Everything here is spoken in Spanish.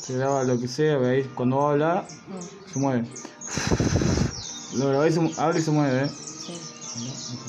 se graba lo que sea, veis, cuando va a hablar, se mueve. Lo grabáis, se mu- habla y se mueve, ¿eh? Sí.